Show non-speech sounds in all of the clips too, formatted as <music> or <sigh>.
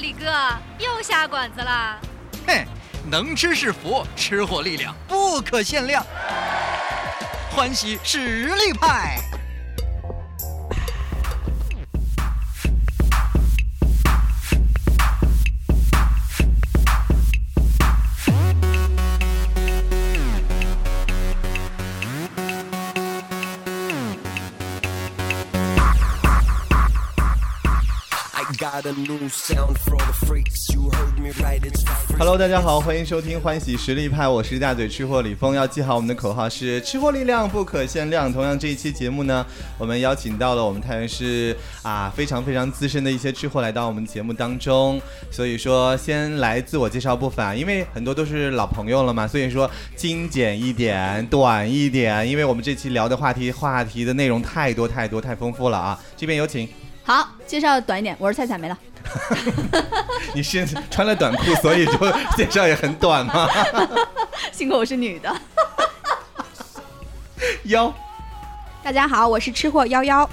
李哥又下馆子啦！嘿，能吃是福，吃货力量不可限量。欢喜实力派。 got a new sound for the freaks. You heard me right, it's for Hello，大家好，欢迎收听《欢喜实力派》，我是大嘴吃货李峰。要记好我们的口号是“吃货力量不可限量”。同样，这一期节目呢，我们邀请到了我们太原市啊非常非常资深的一些吃货来到我们节目当中。所以说，先来自我介绍部分啊，因为很多都是老朋友了嘛，所以说精简一点，短一点，因为我们这期聊的话题话题的内容太多太多太丰富了啊。这边有请。好，介绍短一点，我是菜菜，没了。你是穿了短裤，所以就 <laughs> 介绍也很短吗？幸亏我是女的。腰大家好，我是吃货 <laughs> 幺幺，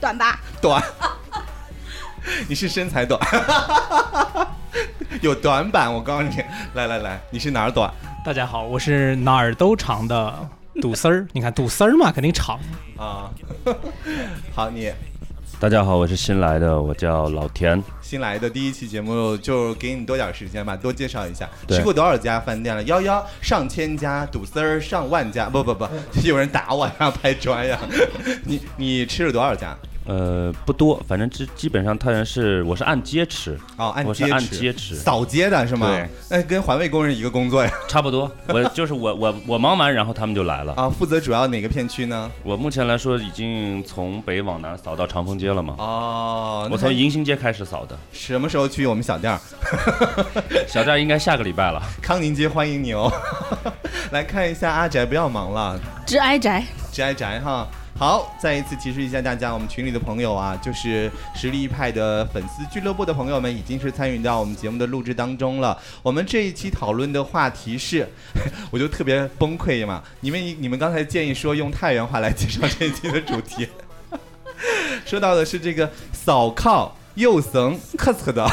短吧？短， <laughs> 你是身材短， <laughs> 有短板。我告诉你，来来来，你是哪儿短？大家好，我是哪儿都长的肚丝儿。你看肚丝儿嘛，肯定长。啊， <laughs> 好，你大家好，我是新来的，我叫老田。新来的第一期节目就给你多点时间吧，多介绍一下对吃过多少家饭店了？幺幺上千家，肚丝儿上万家，不不不， <laughs> 有人打我呀，拍砖呀。 <laughs> 你你吃了多少家？呃，不多，反正基基本上太原市，我是按街吃，哦，按我是街吃，按街吃扫街的是吗？对，那跟环卫工人一个工作呀。差 <laughs> 不多。我就是我我我忙完，然后他们就来了。啊，负责主要哪个片区呢？我目前来说已经从北往南扫到长风街了嘛。哦，我从银星街开始扫的，什么时候去我们小店儿？小店应该下个礼拜了。 <laughs> 康宁街欢迎你哦。 <laughs> 来看一下阿宅，不要忙了，直挨宅。宅宅哈。好，再一次提示一下大家，我们群里的朋友啊，就是实力派的粉丝俱乐部的朋友们，已经是参与到我们节目的录制当中了。我们这一期讨论的话题是， <laughs> 我就特别崩溃嘛。你们你们刚才建议说用太原话来介绍这一期的主题， <laughs> 说到的是这个扫靠右绳克克的，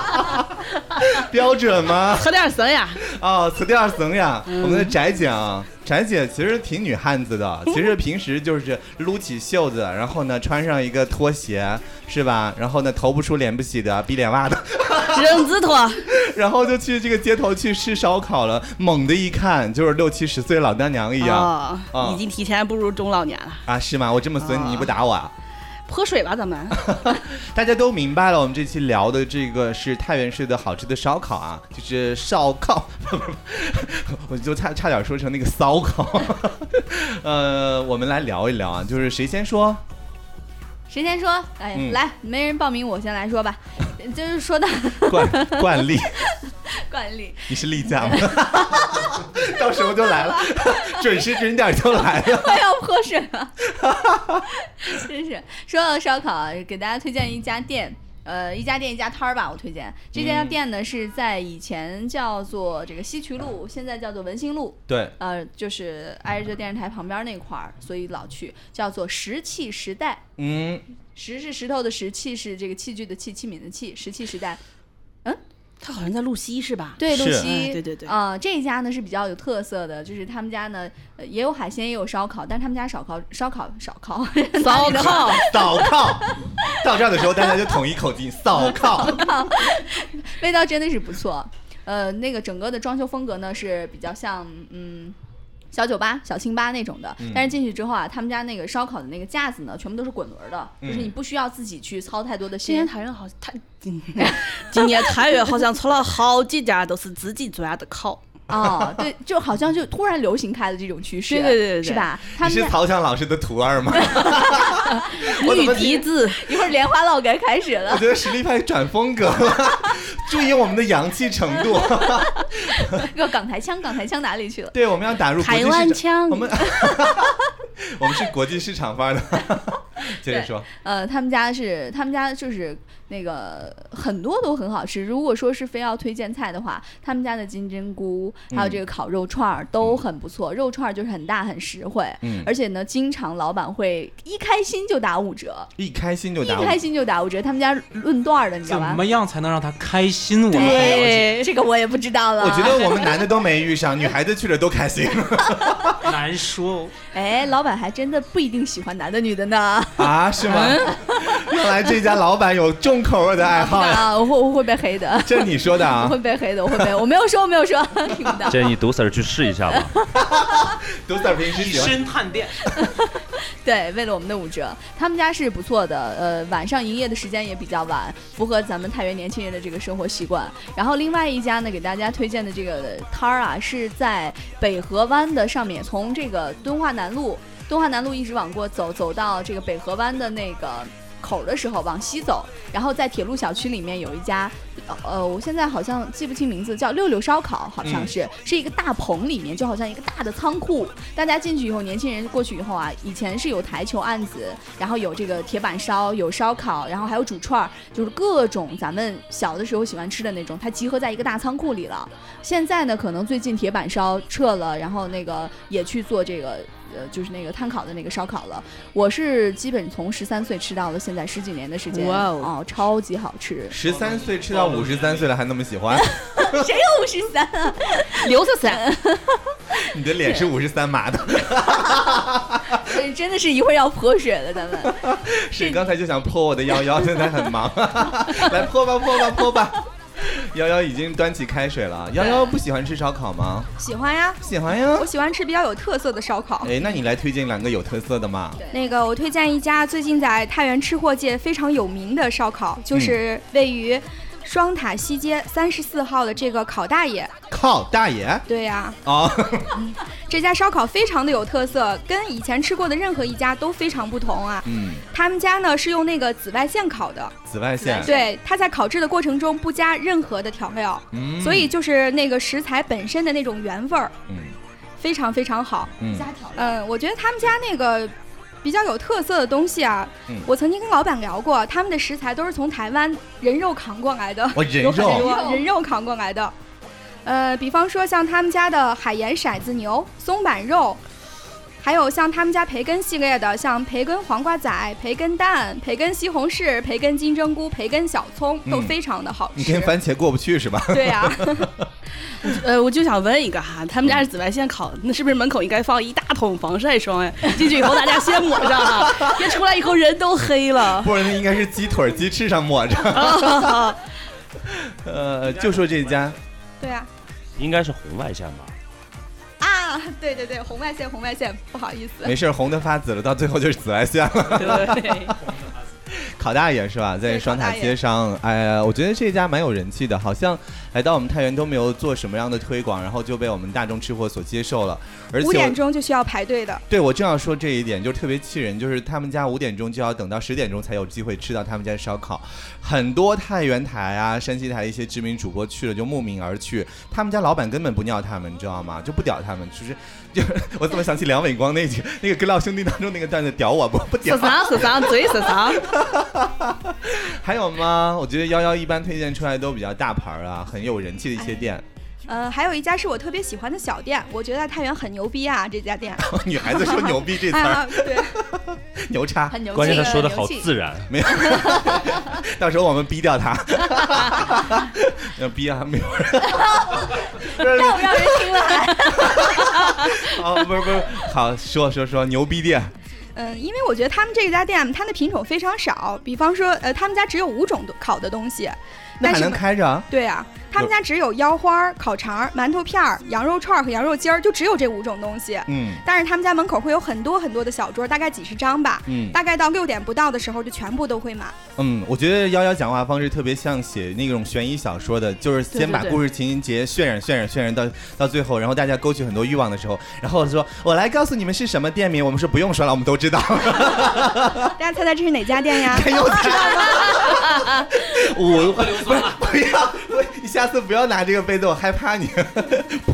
<laughs> 标准吗？喝点神呀！哦，此地二层呀，我们的翟姐啊，翟姐其实挺女汉子的，其实平时就是撸起袖子，然后呢穿上一个拖鞋，是吧？然后呢头不梳脸不洗的，逼脸袜的， <laughs> 忍字拖，然后就去这个街头去吃烧烤了。猛的一看就是六七十岁老大娘一样、啊啊已经提前步入中老年了。啊，是吗？我这么损你，你不打我啊？泼水吧，咱们大家都明白了，我们这期聊的这个是太原市的好吃的烧烤啊，就是烧烤， <laughs> 我就差差点说成那个骚烤。 <laughs> 呃，我们来聊一聊啊，就是谁先说？谁先说？哎，嗯来，没人报名，我先来说吧。就是说到惯惯例，惯例，你是例 <laughs> 假吗？到时候就来了，准时准点就来了。快要泼水了， <laughs> 真是。说到烧烤啊，给大家推荐一家店。呃，一家店一家摊儿吧，我推荐这家店呢、是在以前叫做这个西渠路，现在叫做文兴路，对，呃，就是挨着电视台旁边那块儿，所以老去，叫做石器时代。嗯，石是石头的石，器是这个器具的器，器皿的器，石器时代。他好像在露西是吧？对，是露西，哎对对对啊、这一家呢是比较有特色的，就是他们家呢、呃也有海鲜，也有烧烤，但是他们家烧烤烧烤烧烤 <laughs> 骚哦哦靠，扫靠。到这儿的时候，大家就统一口 <laughs> 径，扫靠。味道真的是不错。呃，那个整个的装修风格呢是比较像嗯。小酒吧、小清吧那种的，嗯但是进去之后啊，他们家那个烧烤的那个架子呢，全部都是滚轮儿的，就是嗯你不需要自己去操太多的今心年。太原好像太，今年太原好像出了好几家都是自己抓的 <laughs> 烤，哦，对，就好像就突然流行开了这种趋势，对对对对是吧？他你们是家曹翔老师的徒儿吗？我怎女么笛子，一会儿莲花落该开始我了。 <laughs> 觉得实力派转风格 <laughs> 了，注意我们的洋气程度。个港台腔，港台腔哪里去了？对，我们要打入国际台市湾场，腔我，们我们是国际市场范儿的。接着说，呃，他们家是他们家就是那个很多都很好吃。如果说是非要推荐菜的话，他们家的金针菇还有嗯这个烤肉串儿都很不错，肉串儿就是很大很实惠，嗯，而且呢，经常老板会一开心就打五折，一开心就一打五开心就打五折，他们家论段儿的，你知道怎吧？哎么样才能让他开心？我们还了解对，这个我也不知道了。啊我觉得我们男的都没遇上，女孩子去了都开心。难说。哎，老板还真的不一定喜欢男的女的呢。啊，是吗？看来这家老板有重口味的爱好 <laughs> 呀，啊，我会我会被黑的，这是你说的我 <laughs> 啊会？被黑的，我会被，我没有说，我没有说， <laughs> 听不到。建议毒 Sir 去试一下吧。独子平时以喜欢，身探店， <laughs> 对，为了我们的五折，他们家是不错的，呃，晚上营业的时间也比较晚，符合咱们太原年轻人的这个生活习惯。然后另外一家呢，给大家推荐的这个摊儿啊，是在北河湾的上面，从这个敦化南路，敦化南路一直往过走，走到这个北河湾的那个。口儿的时候往西走，然后在铁路小区里面有一家，呃，我现在好像记不清名字，叫六六烧烤，好像是、是一个大棚里面，就好像一个大的仓库，大家进去以后，年轻人过去以后啊，以前是有台球案子，然后有这个铁板烧，有烧烤，然后还有煮串儿，就是各种咱们小的时候喜欢吃的那种，它集合在一个大仓库里了。现在呢，可能最近铁板烧撤了，然后那个也去做这个。呃，就是那个炭烤的那个烧烤了，我是基本从十三岁吃到了现在十几年的时间，哇哦哦，超级好吃十三岁吃到五十三岁了还那么喜欢，五十三 <laughs> 啊，留着噻。你的脸是五十三码的，呃 <laughs> 真的是一会儿要泼水了，咱们。是刚才就想泼我的幺 <laughs> 幺，现在很忙， <laughs> 来泼吧泼吧泼吧。幺幺已经端起开水了，幺幺不喜欢吃烧烤吗？喜欢呀，喜欢呀我。喜欢吃比较有特色的烧烤。哎，那你来推荐两个有特色的嘛？那个，我推荐一家最近在太原吃货界非常有名的烧烤，嗯就是位于双塔西街三十四号的这个烤大爷。靠大爷对呀、哦，这家烧烤非常的有特色，跟以前吃过的任何一家都非常不同啊。嗯，他们家呢是用那个紫外线烤的，紫外线，对，它在烤制的过程中不加任何的调料，嗯，所以就是那个食材本身的那种原味儿嗯非常非常好。嗯，嗯，我觉得他们家那个比较有特色的东西啊，嗯我曾经跟老板聊过，他们的食材都是从台湾人肉扛过来的，我人有很肉多人肉扛过来的。呃，比方说像他们家的海盐骰子牛、松板肉，还有像他们家培根系列的，像培根黄瓜仔、培根蛋、培根西红柿、培根金针菇、培根小葱，都嗯非常的好你吃跟。番茄过不去 <laughs> 是吧？对呀、 <laughs> 呃，我就想问一个哈，他们家是紫外线烤，那是不是门口应该放一大桶防晒霜呀？进去以后大家先抹上啊，别出来以后人都黑 <laughs> 了。不然那应该是鸡腿儿、鸡翅上抹着。呃，就说这家，对呀、应该是红外线吧？啊，对对对，红外线，红外线，不好意思。没事儿，红的发紫了，到最后就是紫外线了。 <laughs> 对，烤大爷是吧？在对双塔烤大爷街上，哎呀，我觉得这家蛮有人气的，好像来到我们太原都没有做什么样的推广，然后就被我们大众吃货所接受了。而且五我点钟就需要排队的。对我正要说这一点，就是特别气人，就是他们家五点钟就要等到十点钟才有机会吃到他们家烧烤。很多太原台啊、山西台一些知名主播去了就慕名而去，他们家老板根本不尿他们，你知道吗？就不屌他们，就是就我怎么想起梁伟光那句那个《哥老兄弟》当中那个段子，屌我不不屌说。 <laughs> 啥说啥，嘴说啥。还有吗？我觉得幺幺一般推荐出来都比较大牌儿啊，很有人气的一些哎店。呃，还有一家是我特别喜欢的小店，我觉得太原很牛逼啊，这家店。 <laughs> 女孩子说牛逼这词 <laughs> <laughs> 哎儿，啊，对，牛叉，很牛关键气他说的牛好气自然，到时候我们逼掉 <laughs> 他。要逼啊，没有人。不 <laughs> 让人听了还。 <laughs> 哦，不是不是，好说说说牛逼店，嗯，因为我觉得他们这家店它的品种非常少，比方说，呃，他们家只有五种烤的东西，那但还是能开着？对啊，他们家只有腰花儿、烤肠儿、馒头片儿、羊肉串儿和羊肉筋儿，就只有这五种东西。嗯但是他们家门口会有很多很多的小桌，大概几十张吧，嗯大概到六点不到的时候就全部都会满。嗯，我觉得幺幺讲话方式特别像写那种悬疑小说的，就是先对把对故事情节渲染渲染渲染到到最后，然后大家勾起很多欲望的时候，然后说我来告诉你们是什么店名，我们说不用说了，我们都知道。大家猜猜这是哪家店呀？又猜了，我不不要，不你下次不要拿这个杯子，我害怕你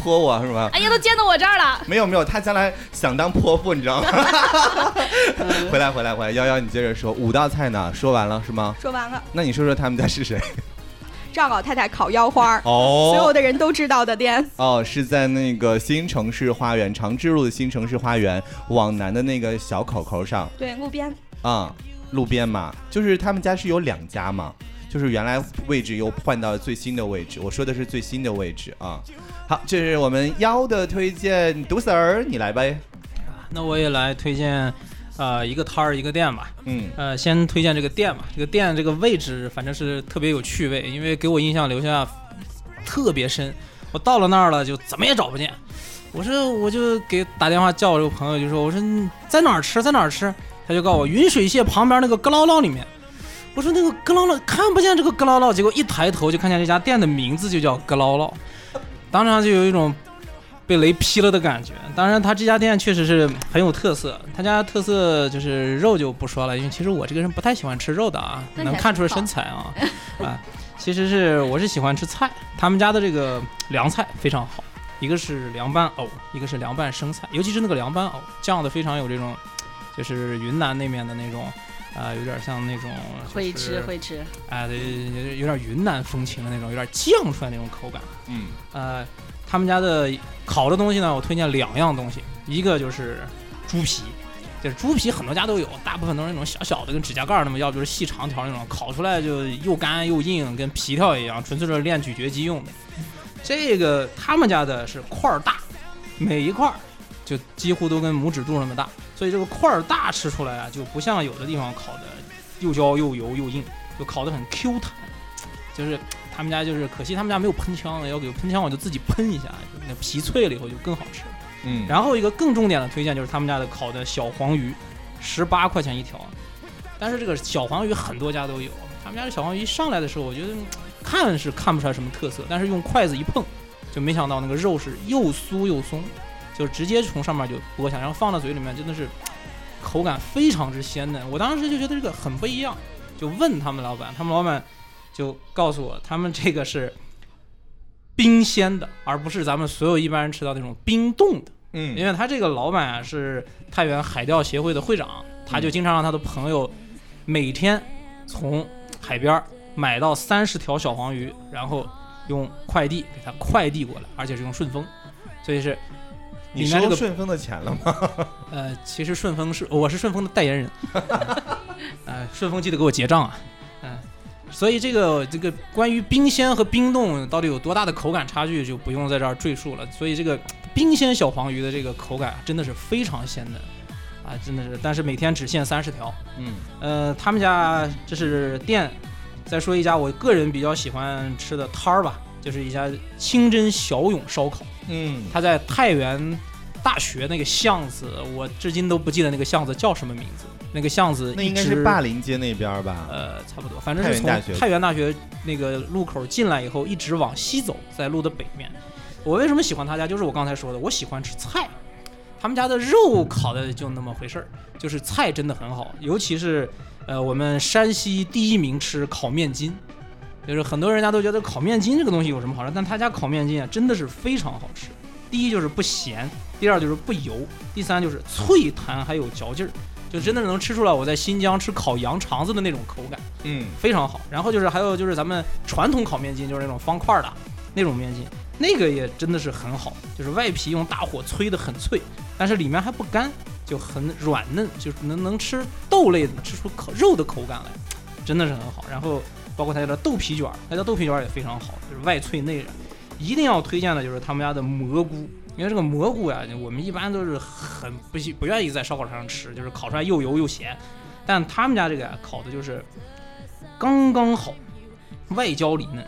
泼我是吗？哎呀，都溅到我这儿了。没有没有，他将来想当泼妇，你知道吗？回来回来回来，幺幺你接着说，五道菜呢？说完了是吗？说完了，那你说说他们家是谁？赵老太太烤腰花儿，所有哦的人都知道的店。哦，是在那个新城市花园长治路的新城市花园往南的那个小口口上对，路边啊、路边嘛，就是他们家是有两家嘛。就是原来位置又换到了最新的位置，我说的是最新的位置啊。好，这是我们幺的推荐，毒 Sir 你来呗。那我也来推荐，呃，一个摊儿一个店吧。嗯，呃，先推荐这个店吧。这个店这个位置反正是特别有趣味，因为给我印象留下特别深。我到了那儿了，就怎么也找不见。我说，我就给打电话叫我这个朋友，就说，我说你在哪儿吃，在哪儿吃？他就告诉我云水榭旁边那个咯唠唠里面。我说那个咯唠唠看不见这个咯唠唠，结果一抬头就看见这家店的名字就叫咯唠唠，当场就有一种被雷劈了的感觉。当然，他这家店确实是很有特色。他家特色就是肉就不说了，因为其实我这个人不太喜欢吃肉的啊，那你能还看出来挺好身材啊啊。其实是我是喜欢吃菜，他们家的这个凉菜非常好，一个是凉拌藕，一个是凉拌生菜，尤其是那个凉拌藕酱的非常有这种，就是云南那边的那种，啊、有点像那种、就是、会吃会吃，哎，对，有点云南风情的那种，有点酱出来那种口感。嗯，呃，他们家的烤的东西呢，我推荐两样东西，一个就是猪皮，就是猪皮很多家都有，大部分都是那种小小的，跟指甲盖儿那么，要不就是细长条那种，烤出来就又干又硬，跟皮条一样，纯粹是练咀嚼肌用的。这个他们家的是块儿大，每一块儿就几乎都跟拇指肚那么大，所以这个块儿大吃出来啊，就不像有的地方烤的又焦又油又硬，就烤得很 Q 弹。就是他们家就是可惜他们家没有喷枪，要有喷枪我就自己喷一下，那皮脆了以后就更好吃。嗯，然后一个更重点的推荐就是他们家的烤的小黄鱼，十八块钱一条。但是这个小黄鱼很多家都有，他们家的小黄鱼上来的时候，我觉得嗯看是看不出来什么特色，但是用筷子一碰，就没想到那个肉是又酥又松，就直接从上面就剥下来，然后放到嘴里面真的是口感非常之鲜嫩。我当时就觉得这个很不一样，就问他们老板，他们老板就告诉我，他们这个是冰鲜的，而不是咱们所有一般人吃到那种冰冻的。嗯因为他这个老板啊是太原海钓协会的会长，他就经常让他的朋友每天从海边儿买到三十条小黄鱼，然后用快递给他快递过来，而且是用顺丰，所以是你里面这收个顺丰的钱了吗？呃，其实顺丰是我是顺丰的代言人，呃，顺丰记得给我结账啊，嗯、所以这个这个关于冰鲜和冰冻到底有多大的口感差距，就不用在这儿赘述了。所以这个冰鲜小黄鱼的这个口感啊真的是非常鲜嫩啊，真的是，但是每天只限三十条。嗯，呃，他们家这是店，再说一家我个人比较喜欢吃的摊儿吧，就是一家清真小勇烧烤。嗯，他在太原大学那个巷子，我至今都不记得那个巷子叫什么名字。那个巷子那应该一直是灞陵街那边儿吧？呃，差不多，反正是太原大从学太原大学那个路口进来以后，一直往西走，在路的北面。我为什么喜欢他家？就是我刚才说的，我喜欢吃菜，他们家的肉烤的就那么回事儿，就是菜真的很好，尤其是呃，我们山西第一名吃烤面筋，就是很多人家都觉得烤面筋这个东西有什么好吃，但他家烤面筋啊真的是非常好吃。第一就是不咸，第二就是不油，第三就是脆弹还有嚼劲儿，就真的能吃出来我在新疆吃烤羊肠子的那种口感。嗯，非常好。然后就是还有就是咱们传统烤面筋，就是那种方块儿的啊那种面筋，那个也真的是很好，就是外皮用大火催的很脆，但是里面还不干，就很软嫩，就是能能吃豆类的，吃出口肉的口感来，真的是很好。然后包括他家的豆皮卷儿，他家豆皮卷儿也非常好，就是外脆内软。一定要推荐的就是他们家的蘑菇，因为这个蘑菇呀、我们一般都是很不喜不愿意在烧烤摊上吃，就是烤出来又油又咸，但他们家这个呀烤的就是刚刚好，外焦里嫩，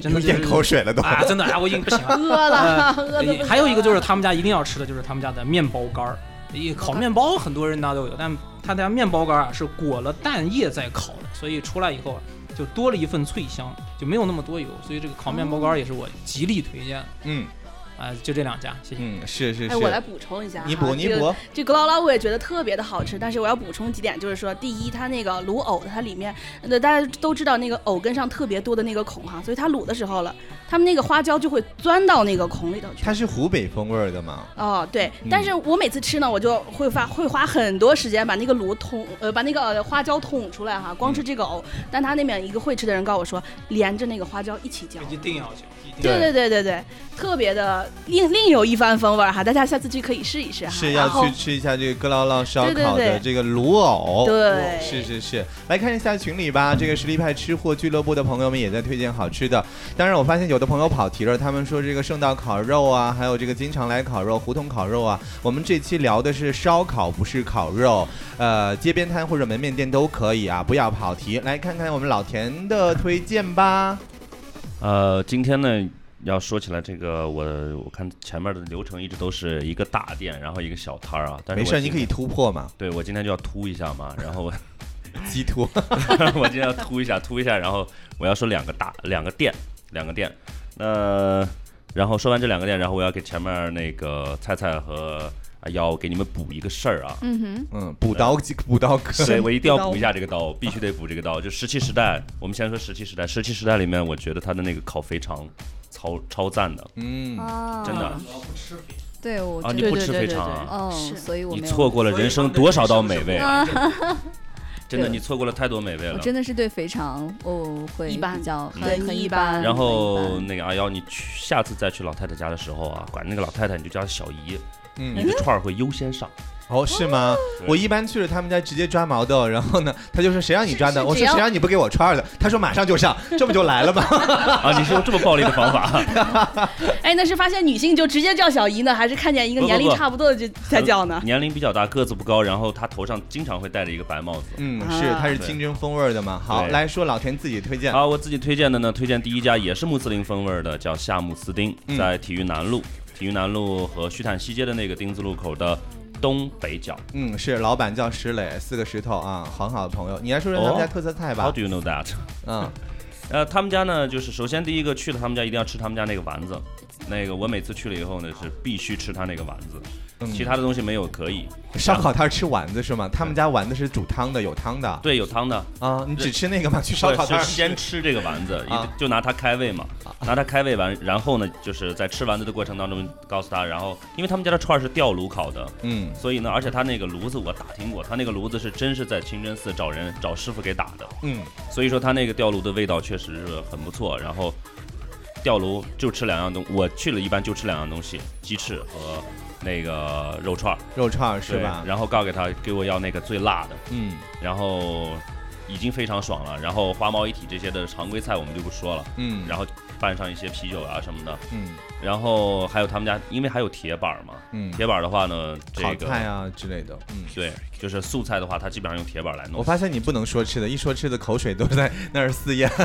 真有的点就是口水了都。 <laughs> 啊，真的，啊，我已经不行了。 <laughs> 饿了，饿呃的。还有一个就是他们家一定要吃的就是他们家的面包干儿，一烤面包很多人家都有，但他家面包干儿啊是裹了蛋液再烤的，所以出来以后啊就多了一份脆香，就没有那么多油，所以这个烤面包干儿也是我极力推荐的。嗯，啊，就这两家，谢谢。嗯，是是是。哎，我来补充一下哈，你补你这个补，这格劳拉我也觉得特别的好吃，但是我要补充几点，就是说，第一，它那个卤藕，它里面，呃，大家都知道那个藕根上特别多的那个孔哈，所以它卤的时候了，他们那个花椒就会钻到那个孔里头去。它是湖北风味儿的嘛？哦，对嗯，但是我每次吃呢，我就会发会花很多时间把那个卤捅，呃，把那个呃花椒捅出来哈，光吃这个藕，但他那边一个会吃的人告诉我说，连着那个花椒一起嚼。 <laughs> 一定要去，一定对对对对对对，特别的另另有一番风味儿哈，大家下次去可以试一试哈。啊是然要后去吃一下这个哥老老烧对对烤的对这个卤藕。对是是是。来看一下群里吧，这个实力派吃货俱乐部的朋友们也在推荐好吃的。当然，我发现有的朋友跑题了，他们说这个圣道烤肉啊，还有这个金常来烤肉、胡同烤肉啊。我们这期聊的是烧烤，不是烤肉。呃，街边摊或者门面店都可以啊，不要跑题。来看看我们老田的推荐吧。呃，今天呢，要说起来这个，我我看前面的流程一直都是一个大店，然后一个小摊儿啊。但是没我事儿，你今可以天。突破 <laughs> 嘛，对，我今天就要突一 <laughs> 下嘛，然后我 <laughs> 急突。我今天要突一下，突一下，然后我要说两个大两个店，两个店。那然后说完这两个店，然后我要给前面那个菜菜和阿幺给你们补一个事儿啊。嗯哼， <laughs> 嗯，补刀补刀哥。对，我一定要补一下这个刀，必须得补这个刀。就石器时代，我们先说石器时代。石器时代里面，我觉得它的那个烤肥肠超超赞的，嗯。哦，真的对我啊！你觉不得吃对对肥对肠对啊？哦，是所以我你没有错过了人生多少道美味，<laughs> 啊 <laughs> 真的，对你错过了太多美味我了。真的是对肥肠哦会一般比较很嗯很一一般般。然后很一般那个阿幺，你去下次再去老太太家的时候啊，管那个老太太你就叫她小姨，嗯你的串儿会优先上。哦，是吗？对我一般去了他们家直接抓毛豆，然后呢，他就说谁让你抓的？是我只说要谁让你不给我串儿的？他说马上就 <laughs> 上，这不就来了吗？啊，你是用这么暴力的方法？哎，那是发现女性就直接叫小姨呢，还是看见一个不不年龄不差不多的就才叫呢？年龄比较大，个子不高，然后她头上经常会戴着一个白帽子。嗯，是，他是对清真风味儿的嘛。好，对来说老田自己推荐。好，我自己推荐的呢，推荐第一家也是穆斯林风味儿的，叫夏穆斯丁，嗯在体育南路、体育南路和旭坦西街的那个丁字路口的东北角。嗯，是老板叫石磊，四个石头啊，很好的朋友。你来说说他们家哦特色菜 How 吧。 do you know that？嗯， <laughs> 呃，他们家呢，就是首先第一个去了他们家，一定要吃他们家那个丸子。那个我每次去了以后呢，是必须吃他那个丸子，嗯其他的东西没有可以。烧烤摊儿吃丸子是吗？他们家丸子是煮汤的，有汤的对，有汤的，啊。你只吃那个吗？去烧对，烤摊儿是先吃这个丸子，啊一就拿它开胃嘛，拿它开胃完，然后呢，就是在吃丸子的过程当中告诉他，然后因为他们家的串儿是吊炉烤的，嗯，所以呢，而且他那个炉子我打听过，他那个炉子是真是在清真寺找人找师傅给打的，嗯，所以说他那个吊炉的味道确实是很不错。然后吊炉就吃两样东，我去了一般就吃两样东西，鸡翅和那个肉串儿，肉串儿是对吧？然后告给他给我要那个最辣的，嗯然后已经非常爽了。然后花猫一体这些的常规菜我们就不说了，嗯，然后拌上一些啤酒啊什么的，嗯然后还有他们家因为还有铁板儿嘛，嗯，铁板儿的话呢，这烤个菜啊之类的，嗯。对，就是素菜的话，它基本上用铁板来弄。我发现你不能说吃的，一说吃的口水都在那儿四咽。 <laughs>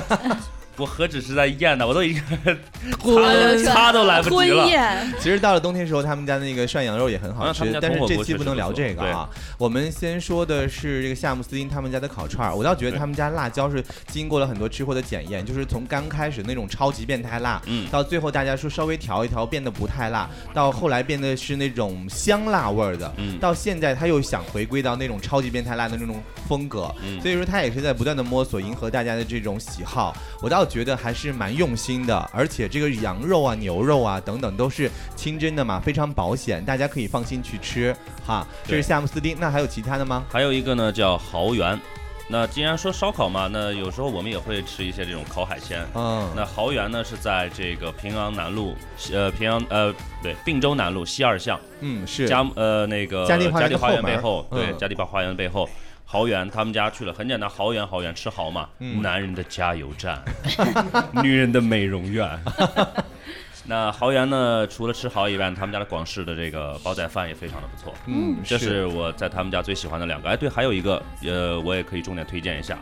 我何止是在咽呢，我都已经 <laughs> 滚擦擦都来不及婚了。宴，其实到了冬天时候，他们家那个涮羊肉也很好啊他吃们，家但是铜火这锅期确不实能聊不错这个啊。我们先说的是这个夏穆斯丁他们家的烤串儿，我倒觉得对他们家辣椒是经过了很多吃货的检验，就是从刚开始那种超级变态辣，嗯，到最后大家说稍微调一调变得不太辣，到后来变得是那种香辣味儿的，嗯到现在他又想回归到那种超级变态辣的那种风格，嗯所以说他也是在不断的摸索，迎合大家的这种喜好。我倒觉得还是蛮用心的，而且这个羊肉啊、牛肉啊等等都是清真的嘛，非常保险，大家可以放心去吃哈。这是对夏穆斯丁，那还有其他的吗？还有一个呢叫蚝源，那既然说烧烤嘛，那有时候我们也会吃一些这种烤海鲜。嗯，那蚝源呢是在这个平阳南路，呃平阳呃不对并州南路西二巷嗯是，嘉呃那个嘉定花园的花园后门背后，对嗯嘉定花园背后。蚝源他们家去了，很简单，蚝源蚝源吃蚝嘛，嗯男人的加油站， <laughs> 女人的美容院。 <laughs> 那蚝源呢，除了吃蚝以外，他们家的广式的这个煲仔饭也非常的不错。嗯这是我在他们家最喜欢的两个。哎，对，还有一个，呃，我也可以重点推荐一下，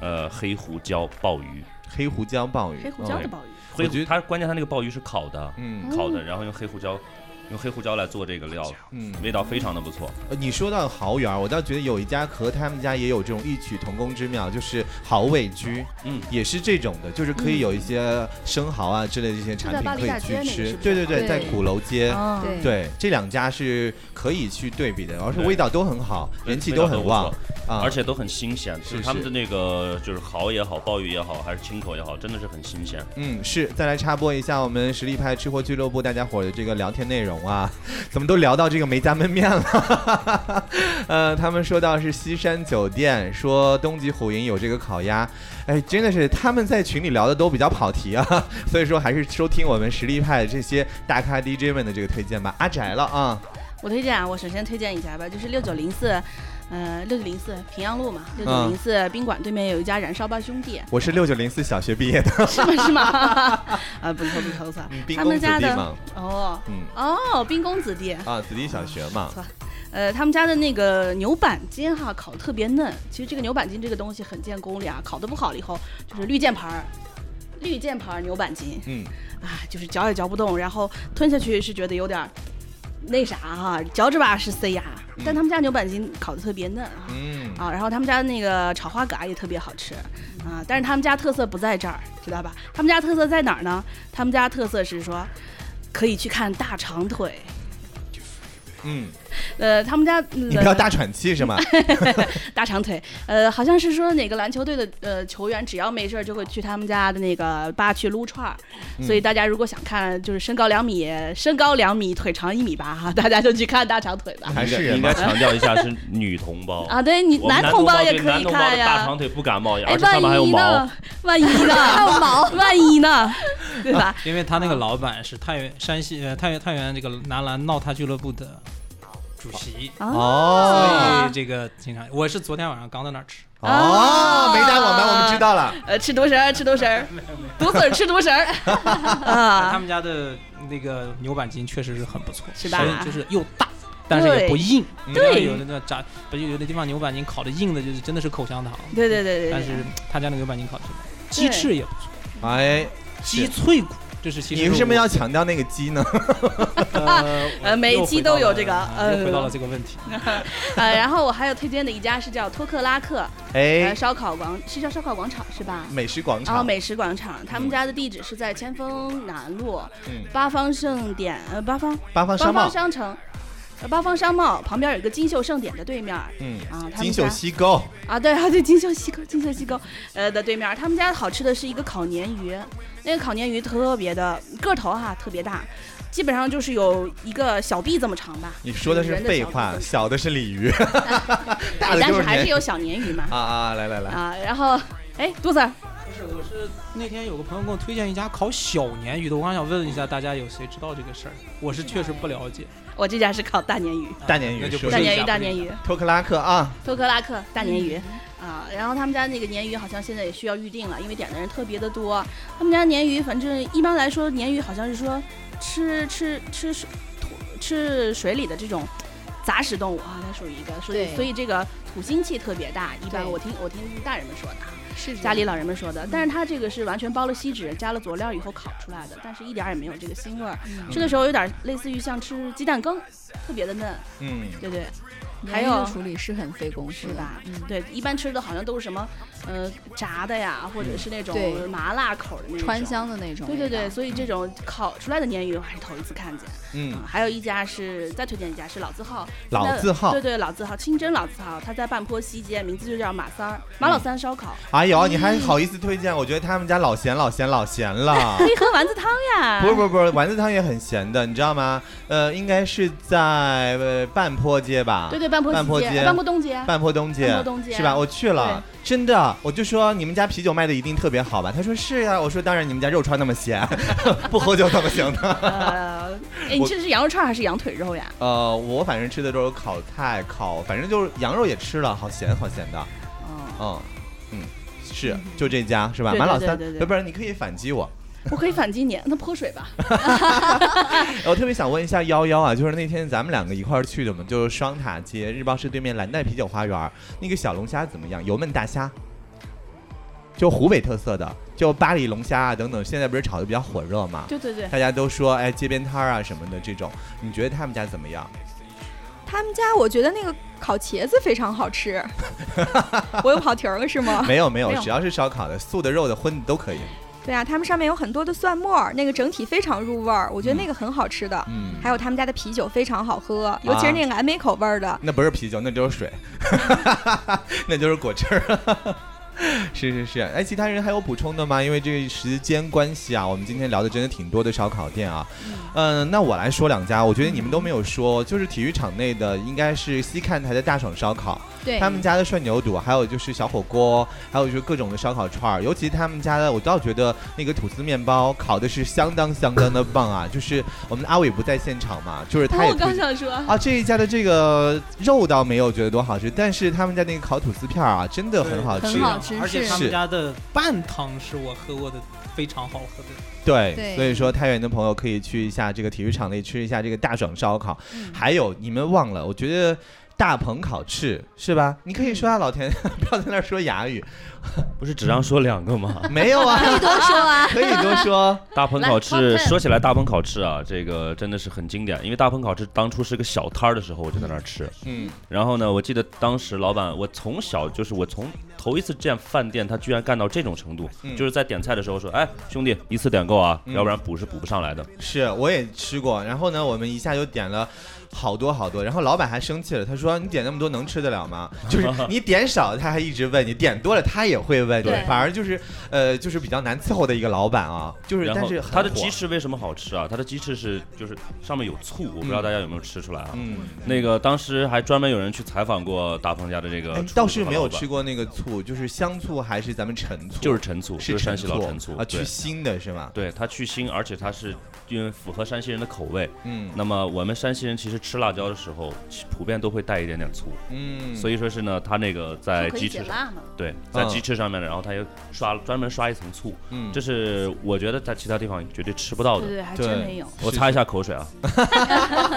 呃，黑胡椒鲍鱼。黑胡椒鲍鱼，黑胡椒嗯的鲍鱼，哦黑我觉胡得它关键它那个鲍鱼是烤的，嗯烤的，然后用黑胡椒用黑胡椒来做这个料，嗯，味道非常的不错。呃你说到蚝园儿，我倒觉得有一家和他们家也有这种异曲同工之妙，就是蚝味居，嗯也是这种的，就是可以有一些生蚝啊之类的这些产在品巴可黎大以去街那个吃是。不对是对对，对在鼓楼街。啊对对，这两家是可以去对比的，而且对味道都很好，对人气味道都都很不旺错啊！而且都很新鲜，就是是他们是的那个就是蚝也好，鲍鱼也好，还是青口也好，真的是很新鲜。嗯，是。再来插播一下我们实力派吃货俱乐部大家伙儿的这个聊天内容啊， <laughs> 怎么都聊到这个梅家焖面了？ <laughs> 呃，他们说到是西山酒店，说东极虎营有这个烤鸭，哎，真的是他们在群里聊的都比较跑题啊， <laughs> 所以说还是收听我们实力派这些大咖 DJ 们的这个推荐吧。阿宅了啊，我推荐啊，我首先推荐一家吧，就是六九零四，呃，六九零四平阳路嘛，六九零四宾馆对面有一家燃烧吧兄弟，我是六九零四小学毕业的，是吗？ <laughs> 是吗？啊，不错不错不错，嗯兵他工们子家弟的嘛，哦嗯哦，兵工子弟。啊，子弟小学嘛，呃，他们家的那个牛板筋哈，烤得特别嫩。其实这个牛板筋这个东西很见功力啊，烤得不好了以后就是绿箭牌儿，绿箭牌儿牛板筋嗯，啊，就是嚼也嚼不动，然后吞下去是觉得有点儿那啥哈、嚼着吧是塞牙。但他们家牛板筋烤得特别嫩啊，嗯啊，然后他们家的那个炒花蛤也特别好吃啊，但是他们家特色不在这儿，知道吧？他们家特色在哪儿呢？他们家特色是说可以去看大长腿。嗯，呃，他们家你不要大喘气是吗？大长腿，呃，好像是说哪个篮球队的呃球员，只要没事儿就会去他们家的那个吧去撸串儿， <laughs> 所以嗯大家如果想看就是身高两米，身高两米，腿长一米八哈，大家就去看大长腿吧。还是你人应吗该？强调一 <laughs> 下是女同胞啊，对你我们同胞也对可男以同胞看的大呀长。腿不感冒，而哎，且上面还万有一毛呢。？万一呢？ <laughs> 还有毛？啊万一呢？对吧？因为他那个老板是太原山西呃太原太原这个男篮闹他俱乐部的主席，所哦以这个经常我是昨天晚上刚在那儿吃，哦，没打我们，我们知道了。呃，吃独食儿，吃独食儿，独子儿吃独食 <laughs> 儿他啊，们家的那个牛板筋确实是很不错，是吧所以就是又大。但是也不硬，对有的那炸，不就有的地方牛板筋烤的硬的，就是真的是口香糖。对对对对但对是。他家那个牛板筋烤的，鸡翅也不错，哎，鸡脆骨，这是其实你为什么要强调那个 <laughs> 鸡呢？呃呃每一期都有这个呃，又回到呃了这个问题。呃，然后我还有推荐的一家是叫托克拉克，呃，哎，烧烤广是叫烧烤广场是吧？美食广然后场，哦美食广场，他们家的地址是在千峰南路嗯八方盛典，呃，八方八方八商方贸，商城，呃，八方商贸旁边有一个金秀盛典的对面儿嗯，啊，他们金秀家西沟，啊，对啊，对，金秀西沟，金秀西沟，呃的对面儿，他们家好吃的是一个烤鲶鱼，那个烤鲶鱼特别的个头哈、特别大，基本上就是有一个小臂这么长吧，你说的是人的废小臂话，这么小的是 <laughs> 鲤鱼，大长，的但就是是还是人有小鲶鱼嘛啊啊！来来来，啊，然后哎，杜子儿不是，我是那天有个朋友给我推荐一家烤小鲶鱼的，我刚想问一下大家有谁知道这个事儿，我是确实不了解。我这家是烤大鲶鱼，大鲶鱼那就不说大是一鲶家鱼，大鲶鱼，托克拉克啊，托克拉克大鲶嗯鱼啊。然后他们家那个鲶鱼好像现在也需要预定了，因为点的人特别的多。他们家鲶鱼，反正一般来说，鲶鱼好像是说吃吃吃水土吃水里的这种。杂食动物啊，它属于一个，所以对所以这个土腥气特别大。一般对我听我听大人们说的啊，是家里老人们说的。但是它这个是完全包了锡纸，加了佐料以后烤出来的，但是一点儿也没有这个腥味儿。嗯吃的时候有点类似于像吃鸡蛋羹，特别的嫩，嗯，对不对？还还有有处理是很费工是夫的吧？嗯，对，一般吃的好像都是什么，呃，炸的呀，或者是那对种麻辣口的那种川。香的那种对味对道。对，所以这种烤出来的鲶鱼我还是头一次看见。嗯还有一家是再推荐一家是老字号，老它的字号对对老字号，清真老字号，它在半坡西街，名字就叫马三儿马老三烧烤，哎呦，你还好意思推荐？我觉得他们家老咸老咸老 <laughs> 咸了。可以喝丸子汤呀。 <laughs> 不是不是不是，丸子汤也很咸的，你知道吗？呃，应该是在呃半坡街吧？对对，半坡半坡西街街，半坡东街。半坡东街，半坡啊东街是吧？我去了，真的，我就说你们家啤酒卖的一定特别好吧？他说是啊呀、我说当然你们家肉串那么咸， <laughs> 不喝酒怎么行呢？呃，哎，你我吃的是羊肉串还是羊腿肉呀？ <laughs> 呃，我反正吃的都是烤菜、烤，反正就是羊肉也吃了，好咸好咸的，哦，嗯嗯，是就这家是吧？对对马老对三，对对要不然你可以反击我。我可以反击你，那泼水吧。我特别想问一下幺幺啊，就是那天咱们两个一块儿去的嘛，就是双塔街日报社对面蓝带啤酒花园儿那个小龙虾怎么样？油焖大虾，就湖北特色的，就巴黎龙虾啊等等，现在不是炒的比较火热嘛？对对对，大家都说哎街边摊儿啊什么的这种，你觉得他们家怎么样？他们家我觉得那个烤茄子非常好吃，我又跑题儿了是啊吗？没有没有没，有只要是烧烤的，素的、肉的、荤的都可以。对啊，他们上面有很多的蒜末儿，那个整体非常入味儿，我觉得那个很好吃的。嗯，还有他们家的啤酒非常好喝，尤其是那个蓝莓口味儿的。那不是啤酒，那就是水， <laughs> 那就是果汁儿。 <laughs> 是是是，哎，其他人还有补充的吗？因为这个时间关系啊，我们今天聊的真的挺多的烧烤店啊。嗯、那我来说两家，我觉得你们都没有说，就是体育场内的应该是西看台的大爽烧烤，对，他们家的涮牛肚，还有就是小火锅，还有就是各种的烧烤串儿，尤其他们家的，我倒觉得那个吐司面包烤的是相当相当的棒啊！就是我们的阿伟不在现场嘛，就是他也哦我推刚荐想说，啊，这一家的这个肉倒没有觉得多好吃，但是他们家那个烤吐司片儿啊，真的很好对吃很。好吃而且是他们是家的拌汤是我喝过的非常好喝的，对，对所以说太原的朋友可以去一下这个体育场内吃一下这个大爽烧烤。嗯还有你们忘了，我觉得大鹏烤翅是吧？你嗯可以说啊，老田， <laughs> 不要在那儿说哑语。不是只让说两个吗？没有啊， <laughs> 多说啊，可以多说。大鹏来烤 top 翅， ten 说起来大鹏烤翅啊，这个真的是很经典，因为大鹏烤翅当初是个小摊儿的时候，我就在那儿吃。嗯，然后呢，我记得当时老板，我从小就是我从头一次见饭店，他居然干到这种程度，嗯就是在点菜的时候说，哎，兄弟，一次点够啊，嗯要不然补是补不上来的。是，我也吃过。然后呢，我们一下就点了好多好多，然后老板还生气了，他说：“你点那么多能吃得了 <laughs> 吗？”就是你点少，他还一直问你；点多了，他也会问你对。反而就是呃，就是比较难伺候的一个老板啊。就是，然但后是很它的火鸡翅为什么好吃啊？它的鸡翅是就是上面有醋，我不知道大家有没有吃出来啊？嗯，那个当时还专门有人去采访过大鹏家呃的这个哎厨，师倒是没有和老板吃，过那个醋，就是香醋还是咱们陈醋？就是陈醋，就是是山西老陈陈醋啊，对去腥的是吗？对它去腥，而且它是因为符合山西人的口味。嗯那么我们山西人其实吃辣椒的时候，其普遍都会带一点点醋，嗯，所以说是呢，它那个哎在鸡翅上，辣嘛。对，在嗯鸡翅上面呢，然后它又刷专门刷一层醋，嗯这是我觉得在其他地方绝对吃不到对的。对，还真没有。我擦一下口水啊，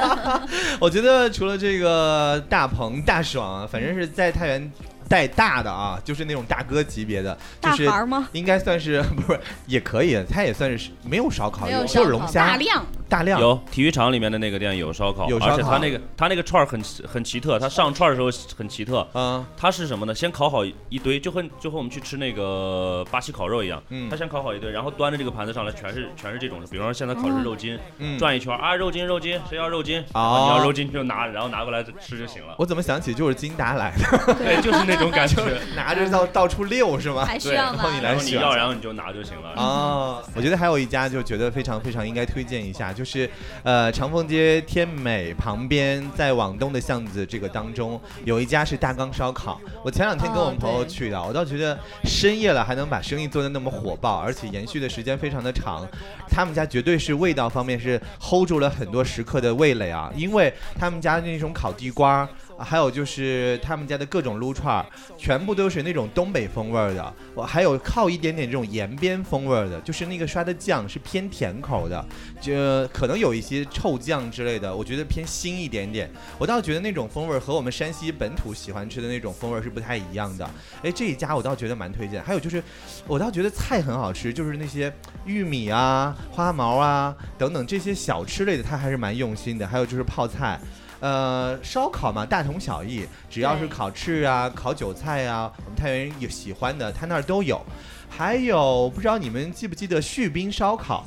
<laughs> 我觉得除了这个大鹏、大爽啊，反正是在太原带大的啊，就是那种大哥级别的，就大是孩儿吗？应该算是 <laughs> 不是也可以，他也算是没有烧烤，没有烧烤就是龙虾大量，大量有体育场里面的那个店有烧烤，有烧而且烤它那个它那个串儿很很奇特，它上串儿的时候很奇特，啊，它是什么呢？先烤好一堆，就和就和我们去吃那个巴西烤肉一样，嗯它先烤好一堆，然后端着这个盘子上来，全是全是这种的。比方说现在烤是肉筋，嗯，转一圈儿啊，肉筋肉筋，谁要肉筋？哦啊，你要肉筋就拿，然后拿过来吃就行了。我怎么想起就是金达来的， <laughs> 对，就是那种感觉。拿着到到处溜是哎吗？还需对要然后吗你？来然后你选要，然后你就拿就行了。啊，我觉得还有一家就觉得非常非常应该推荐一下，就是呃长风街天美旁边，在往东的巷子这个当中有一家是大缸烧烤。我前两天跟我们朋友去的，我倒觉得深夜了还能把生意做得那么火爆，而且延续的时间非常的长，他们家绝对是味道方面是 hold 住了很多食客的味蕾啊，因为他们家那种烤地瓜。啊还有就是他们家的各种撸串儿，全部都是那种东北风味儿的，我还有靠一点点这种延边风味儿的，就是那个刷的酱是偏甜口的，就可能有一些臭酱之类的，我觉得偏腥一点点。我倒觉得那种风味儿和我们山西本土喜欢吃的那种风味儿是不太一样的。哎，这一家我倒觉得蛮推荐。还有就是，我倒觉得菜很好吃，就是那些玉米啊、花毛啊等等这些小吃类的，它还是蛮用心的。还有就是泡菜。呃，烧烤嘛，大同小异，只要是对烤翅啊、烤韭菜啊，我们太原人有喜欢的，他那儿都有。还有，不知道你们记不记得旭斌烧烤？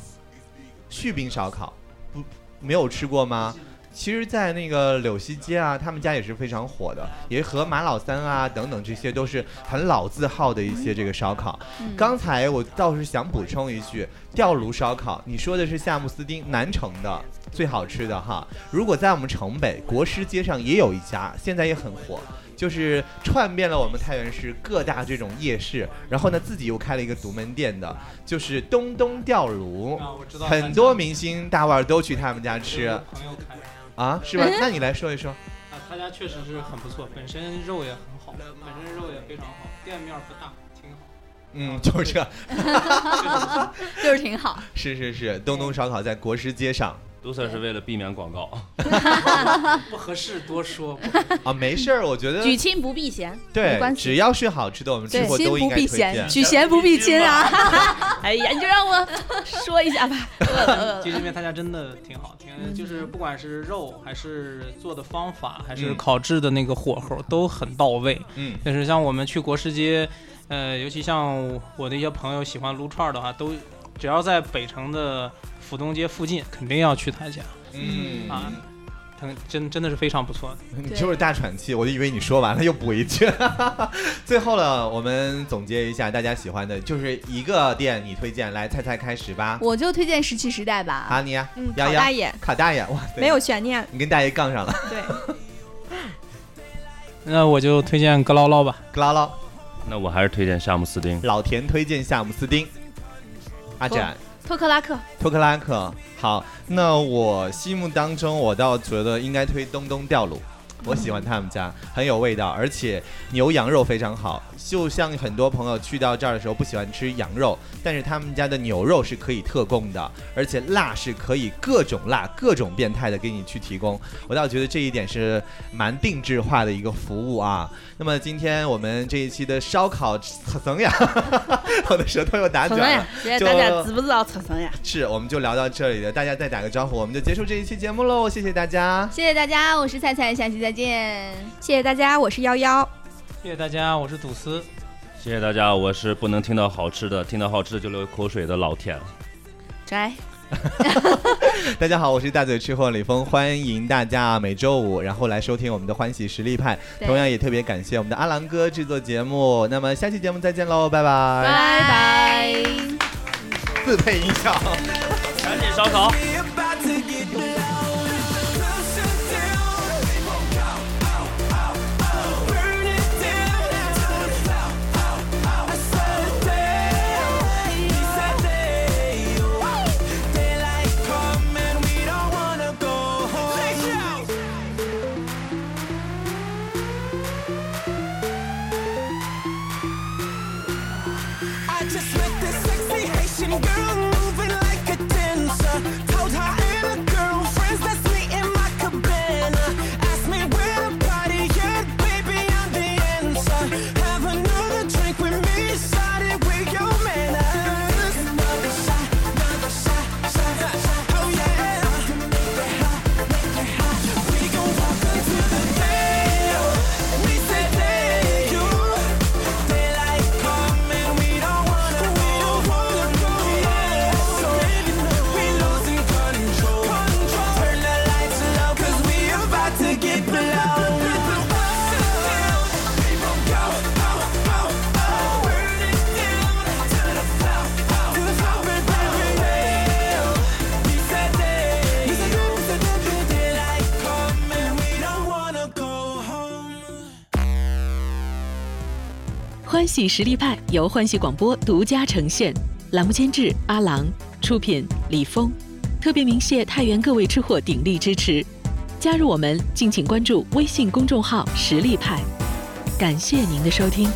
旭斌烧烤不没有吃过吗？其实，在那个柳溪街啊，他们家也是非常火的，也和马老三啊等等这些都是很老字号的一些这个烧烤。嗯刚才我倒是想补充一句，吊炉烧烤，你说的是夏慕斯丁南城的最好吃的哈。如果在我们城北国师街上也有一家，现在也很火。就是串遍了我们太原市各大这种夜市，然后呢，自己又开了一个独门店的，就是东东吊炉，啊，我知很多明星大腕儿都去他们家吃。朋友开的。啊，是吧？那你来说一说。啊，他家确实是很不错，本身肉也很好，本身肉也非常好，店面不大，挺好。嗯， <laughs> 就是这，确实不错就是挺好，是是是，东东烧烤在国师街上，都算是为了避免广告。不合适多说。啊，没事儿，我觉得举亲不避 <laughs> 嫌，对没，关系只要是好吃的，我们吃对货心都应不该避推荐嫌，。举贤不避亲啊！哎呀，你就让我说一下吧。 <laughs> 饿了饿了其实这边他家真的挺好，挺就是不管是肉还是做的方法，还嗯是烤制的那个火候都很到位。嗯，就是像我们去国师街，呃，尤其像我的一些朋友喜欢撸串儿的话，都只要在北城的府东街附近，肯定要去他家嗯啊，他真真的是非常不错。你就是大喘气，我就以为你说完了又补一句。 <laughs> 最后了，我们总结一下大家喜欢的，就是一个店你推荐，来菜菜开始吧。我就推荐石器时代吧，阿尼啊，嗯，丫烤丫大爷卡大爷，哇塞，没有悬念，你跟大爷杠上了， <laughs> 对，那我就推荐格捞捞吧，格拉捞。 <laughs> 那我还是推荐夏姆斯丁。老田推荐夏姆斯丁，阿展托克拉克，托克拉克。好，那我心目当中，我倒觉得应该推东东吊卤。我喜欢他们家，很有味道，而且牛羊肉非常好。就像很多朋友去到这儿的时候不喜欢吃羊肉，但是他们家的牛肉是可以特供的，而且辣是可以各种辣、各种变态的给你去提供。我倒觉得这一点是蛮定制化的一个服务啊。那么今天我们这一期的烧烤 <laughs> 怎呀？我的舌头又打蹭卷蹭了呀。，直接就大家知不知道蹭蹭呀？是，我们就聊到这里了，大家再打个招呼，我们就结束这一期节目喽，谢谢大家。谢谢大家，我是菜菜，下期再见。谢谢大家，哎我是幺幺。谢谢大家，我是赌丝。谢谢大家，我是不能听到好吃的，听到好吃的就流口水的老田。摘。大家好，我是大嘴吃货李峰，欢迎大家每周五然后来收听我们的欢喜实力派，对同样也特别感谢我们的阿郎哥制作节目，那么下期节目再见喽，拜拜，拜拜自配音效。赶紧烧烤。 I just met this sexy Haitian girl moving like a dancer. Told her and her girlfriends that's me in my cabana. Asked me where the party at, baby I'm the answer. Have another drink with me, started with your man. Another shot, another shot, shot, shot. Oh yeah. Make it hot, make it hot. We gon' walk until the day. We said thank you. Daylight come and we don't wanna, we don't wanna go. So we losing control, control. Turn the lights low 'cause we about to get blown. We gon' go, go, go, go. Burn it down to the floor, to the floor and down. We said daylight come and we don't wanna go home. 欢喜实力派由欢喜广播独家呈现，栏目监制阿郎，出品李峰。特别鸣谢太原各位吃货鼎力支持。加入我们，敬请关注微信公众号“实力派”。感谢您的收听。